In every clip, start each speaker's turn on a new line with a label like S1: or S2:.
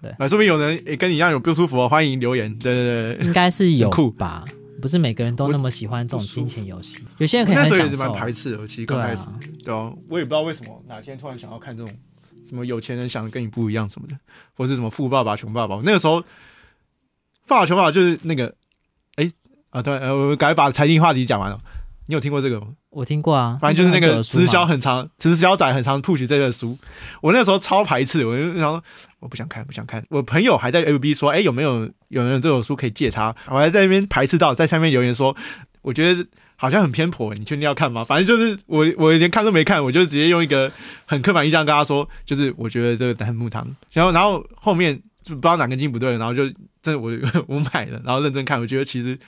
S1: 对，
S2: 啊，说不定有人也跟你一样有不舒服哦，欢迎留言。对对对对，
S1: 应该是有
S2: 很酷
S1: 吧？不是每个人都那么喜欢这种金钱游戏，有些人可以
S2: 那
S1: 很
S2: 时候也
S1: 享
S2: 是蛮
S1: 受。
S2: 排斥的，我其实
S1: 对
S2: 刚
S1: 啊
S2: 开始，对啊，我也不知道为什么哪天突然想要看这种什么有钱人想的跟你不一样什么的，或是什么富爸爸穷爸爸。我那个时候，富爸爸穷爸爸就是那个，哎、啊，对，呃，我赶快把财经话题讲完了。你有听过这个吗？
S1: 我听过啊，
S2: 反正就是那
S1: 很久
S2: 个
S1: 的书嘛
S2: 直销很长，直销仔很常 push 这个书。我那时候超排斥，我就想说我不想看，不想看。我朋友还在 L B 说，哎、有没有有人这种书可以借他？我还在那边排斥到，在下面留言说，我觉得好像很偏颇，你确定要看吗？反正就是我我连看都没看，我就直接用一个很刻板印象跟他说，就是我觉得这个很木糖。然后然后后面就不知道哪根筋不对，然后就真的我 我买了，然后认真看，我觉得其实。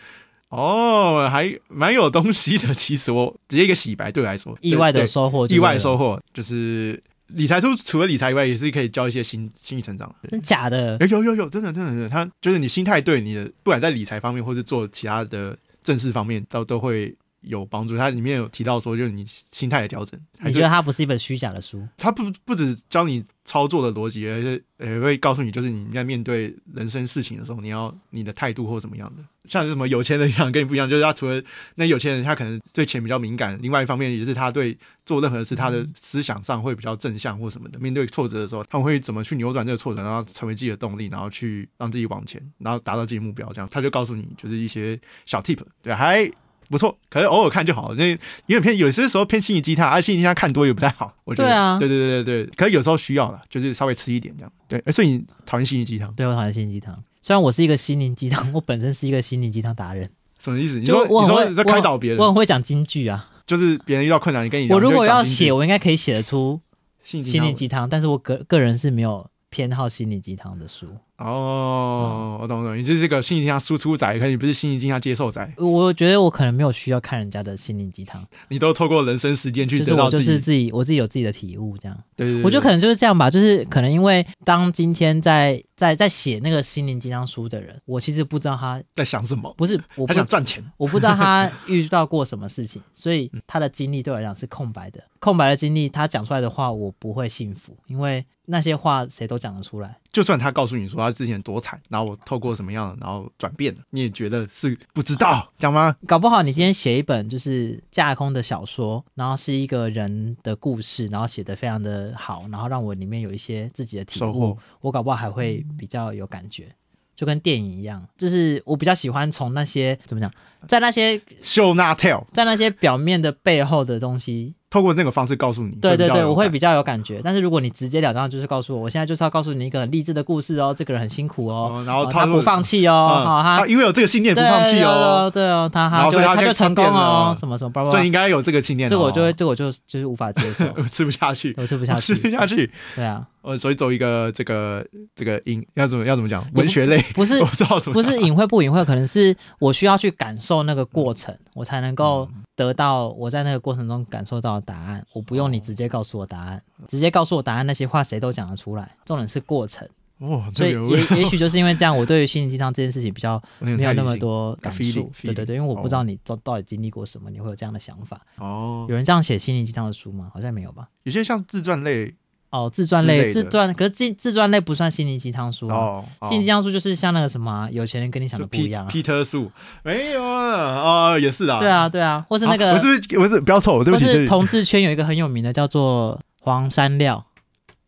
S2: 哦，还蛮有东西的。其实我直接一个洗白，对我来说，
S1: 意外的
S2: 对
S1: 收获，
S2: 意外收，获就是理财书，除了理财以外，也是可以教一些心心理成长。
S1: 真假的？
S2: 哎、有有有，真的真的真的，他就是你心态对你的，不管在理财方面，或是做其他的正事方面，都都会有帮助。它里面有提到说，就是你心态的调整，还
S1: 你觉
S2: 是
S1: 得它不是一本虚假的书？
S2: 他不不只教你操作的逻辑，而且也会告诉你，就是你在面对人生事情的时候，你要你的态度或怎么样的。像是什么有钱人想跟你不一样，就是他除了那有钱人，他可能对钱比较敏感，另外一方面也是他对做任何事，他的思想上会比较正向或什么的。面对挫折的时候，他们会怎么去扭转这个挫折，然后成为自己的动力，然后去让自己往前，然后达到自己的目标。这样他就告诉你，就是一些小 tip，对，还不错，可是偶尔看就好了。那有点偏，有些时候偏心理鸡汤，而、心理鸡汤看多也不太好。我觉得，
S1: 对啊
S2: 对对对对对，可是有时候需要了，就是稍微吃一点这样。对，哎所以你讨厌心理鸡汤
S1: 对我讨厌心灵鸡汤。虽然我是一个心灵鸡汤，我 本身是一个心灵鸡汤达人，
S2: 什么意思？你
S1: 就
S2: 说
S1: 我
S2: 你
S1: 很
S2: 说
S1: 会
S2: 你在开导别
S1: 我
S2: 人，
S1: 很会讲金句啊。
S2: 就是别人遇到困难，你跟你聊
S1: 我如
S2: 你就
S1: 果
S2: 讲
S1: 要
S2: 进
S1: 写，
S2: 去
S1: 我应该可以写得出
S2: 心理鸡
S1: 心
S2: 汤
S1: 灵鸡汤，但是我个个人是没有偏好心灵鸡汤的书。
S2: 哦，我懂我懂，你就是这个心理鸡汤输出仔，可是你不是心理鸡汤接受仔，
S1: 我觉得我可能没有需要看人家的心灵鸡汤，
S2: 你都透过人生实践去
S1: 就是
S2: 得
S1: 我
S2: 到
S1: 就
S2: 自己。
S1: 是自己，我自己有自己的体悟，这样。
S2: 对对对，
S1: 我觉得可能就是这样吧，就是可能因为当今天在在在写那个心灵鸡汤书的人，我其实不知道他
S2: 在想什么，
S1: 不是我不
S2: 他想赚钱。
S1: 我不知道他遇到过什么事情，所以他的经历对我来讲是空白的。空白的经历，他讲出来的话我不会幸福，因为那些话谁都讲得出来。
S2: 就算他告诉你说他之前多惨，然后我透过什么样的，然后转变了，你也觉得是不知道，讲吗？
S1: 搞不好你今天写一本就是架空的小说，然后是一个人的故事，然后写得非常的好，然后让我里面有一些自己的体
S2: 收
S1: 悟
S2: 获，
S1: 我搞不好还会比较有感觉。就跟电影一样，就是我比较喜欢从那些怎么讲，在那些
S2: 秀 not tell，
S1: 在那些表面的背后的东西
S2: 透过那个方式告诉你。
S1: 对对
S2: 比较
S1: 对，
S2: 有
S1: 我会
S2: 感
S1: 比较有感觉。但是如果你直截了当就是告诉我，我现在就是要告诉你一个很励志的故事哦，这个人很辛苦哦，
S2: 哦然后
S1: 他
S2: 他
S1: 不放弃哦，
S2: 嗯
S1: 哦他
S2: 他因为有这个信念不
S1: 对
S2: 放弃哦，
S1: 对对对哦，他
S2: 然
S1: 他
S2: 后
S1: 就
S2: 所以他
S1: 他
S2: 就
S1: 就成功
S2: 成功
S1: 哦
S2: 了，
S1: 什么什么，叭叭
S2: 所以
S1: 叭
S2: 应。该有这个信念哦。
S1: 这个我就会，这个我就就是无法接 受，
S2: 吃不下去，
S1: 我吃不下
S2: 吃不
S1: 去。
S2: 下去。
S1: 对啊，
S2: 呃，所以走一个这个这个音要怎么要怎么讲文学类，
S1: 不是
S2: 我不知道怎么
S1: 不
S2: 讲
S1: 是隐晦不隐晦，可能是我需要去感受那个过程，我才能够
S2: 嗯
S1: 得到我在那个过程中感受到的答案。我不用
S2: 哦
S1: 你直接告诉我答案，直接告诉我答案那些话谁都讲得出来，重点是过程。
S2: 哦，
S1: 所以
S2: 这个我
S1: 也也许就是因为这样，我对于心灵鸡汤这件事情比较
S2: 我有点
S1: 没有
S2: 太理
S1: 那么
S2: 性
S1: 多感
S2: Feeling-
S1: 触。对对对，
S2: feeling
S1: 因为我不知道你到到底经历过什么，你会有这样的想法。
S2: 哦，
S1: 有人这样写心灵鸡汤的书吗？好像没有吧。
S2: 有些像自传类
S1: 哦，自传
S2: 之
S1: 类，
S2: 类的
S1: 自传，可是自自传类不算心灵鸡汤书啊。
S2: 哦，哦
S1: 心灵鸡汤书就是像那个什么啊、有钱人跟你想
S2: 就
S1: 的不一样啊。
S2: Peter 树没有啊，哦，也是啦，
S1: 对啊，对啊，或是那个，
S2: 啊我是不是我是不要凑，对
S1: 或
S2: 不起，对
S1: 是
S2: 不起
S1: 同志圈有一个很有名的叫做黄山料，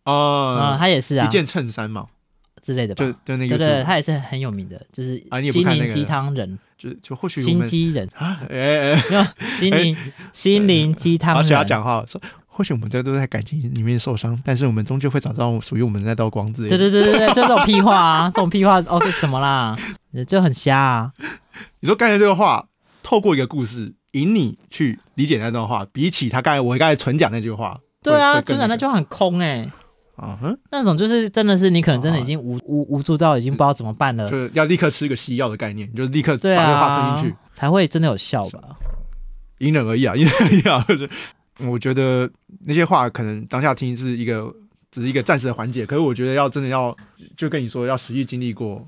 S1: 嗯，
S2: 哦，
S1: 他也是啊
S2: 一件衬衫嘛，
S1: 之类的吧
S2: 就。就
S1: 对
S2: 那个
S1: 对，
S2: YouTube，
S1: 他也是很有名的，就是
S2: 啊你也不
S1: 心
S2: 看那
S1: 灵
S2: 个
S1: 鸡汤人、
S2: 就就或许我
S1: 心
S2: 们
S1: 机 人。
S2: 啊，哎哎，
S1: 没有心灵心灵鸡汤
S2: 而
S1: 人，
S2: 且他讲话说，或许我们在都在感情里面受伤，但是我们终究会找到属于我们的那道光之类
S1: 对
S2: 的。
S1: 对对对 对，就这种屁话啊，这种屁话 OK 什么啦，就很瞎啊。
S2: 你说刚才这个话，透过一个故事引你去理解那段话，比起他刚才我刚才纯讲那句话，
S1: 对啊，村
S2: 纯
S1: 长
S2: 讲
S1: 那就很空哎、
S2: 啊，嗯，
S1: 那种就是真的是你可能真的已经无无无助到已经不知道怎么办了，
S2: 就是要立刻吃个西药的概念，你就立刻把
S1: 对
S2: 这个话
S1: 啊
S2: 吞进去，，
S1: 才会真的有效
S2: 嗯
S1: 吧？
S2: 因人而异啊，因人而异啊。就是我觉得那些话可能当下听是一个只是一个暂时的缓解，可是我觉得要真的要就跟你说要实际经历过，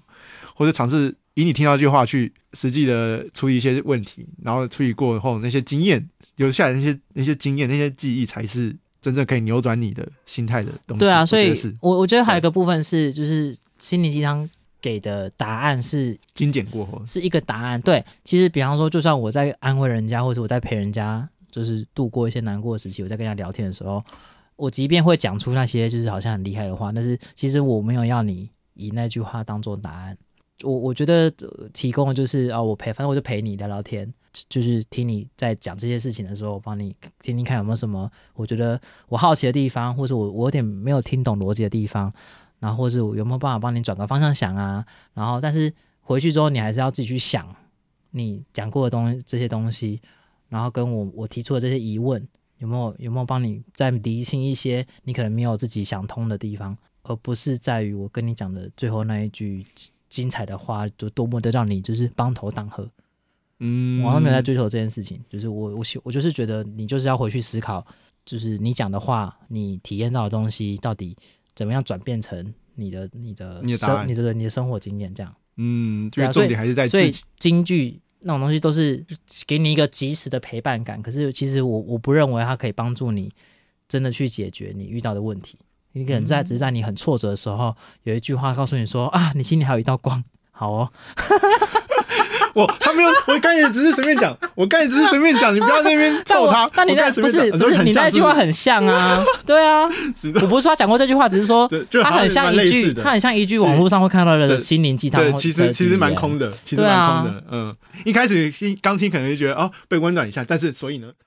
S2: 或者尝试以你听到这句话去实际的处理一些问题，然后处理过后那些经验留下来的那些那些经验那些记忆才是真正可以扭转你的心态的东西。
S1: 对啊，
S2: 我
S1: 所
S2: 觉得
S1: 以
S2: 是
S1: 我我觉得还有一个部分是，就是心灵鸡汤给的答案是
S2: 精简过后，
S1: 是一个答案。对，其实比方说，就算我在安慰人家，或者我在陪人家，就是度过一些难过的时期，我在跟人家聊天的时候，我即便会讲出那些就是好像很厉害的话，但是其实我没有要你以那句话当做答案。我我觉得呃提供的就是啊、我陪，反正我就陪你聊聊天，就是听你在讲这些事情的时候，我帮你听听看有没有什么我觉得我好奇的地方，或者我我有点没有听懂逻辑的地方，然后或是我有没有办法帮你转个方向想啊，然后但是回去之后，你还是要自己去想你讲过的东西这些东西，然后跟我我提出的这些疑问，有没有有没有帮你再厘清一些你可能没有自己想通的地方，而不是在于我跟你讲的最后那一句精精彩的话，就多么的让你就是帮头当喝。
S2: 嗯，
S1: 我好像没有在追求这件事情，就是我我喜我就是觉得你就是要回去思考，就是你讲的话，你体验到的东西到底怎么样转变成你的你的
S2: 你的答
S1: 生
S2: 案
S1: 你的你的生活经验这样。
S2: 嗯，就
S1: 对啊
S2: 是重点还是在
S1: 所
S2: 自
S1: 以
S2: 己。
S1: 京剧那种东西都是给你一个及时的陪伴感，可是其实我我不认为它可以帮助你真的去解决你遇到的问题。你可能在只是在你很挫折的时候，有一句话告诉你说啊，你心里还有一道光，好哦，
S2: 我他没有，我刚才只是随便讲，我刚才只是随便讲，你不要在那边
S1: 但
S2: 揍
S1: 我
S2: 他。
S1: 但你
S2: 我刚
S1: 那
S2: 才随
S1: 不
S2: 便
S1: 是
S2: 讲
S1: 不是你那句话，
S2: 很
S1: 很像 啊，对啊，
S2: 是
S1: 我不是说他讲过这句话，只是说
S2: 对就好
S1: 它
S2: 像
S1: 很像
S2: 蛮
S1: 一
S2: 类
S1: 句，
S2: 似的
S1: 它很像一句网络上会看到的心灵鸡汤或
S2: 对，
S1: 者
S2: 其
S1: 是语言。
S2: 实其实蛮空的，其实
S1: 啊对
S2: 蛮
S1: 啊
S2: 空的。嗯，一开始听刚听可能就觉得哦被温暖一下，但是所以呢，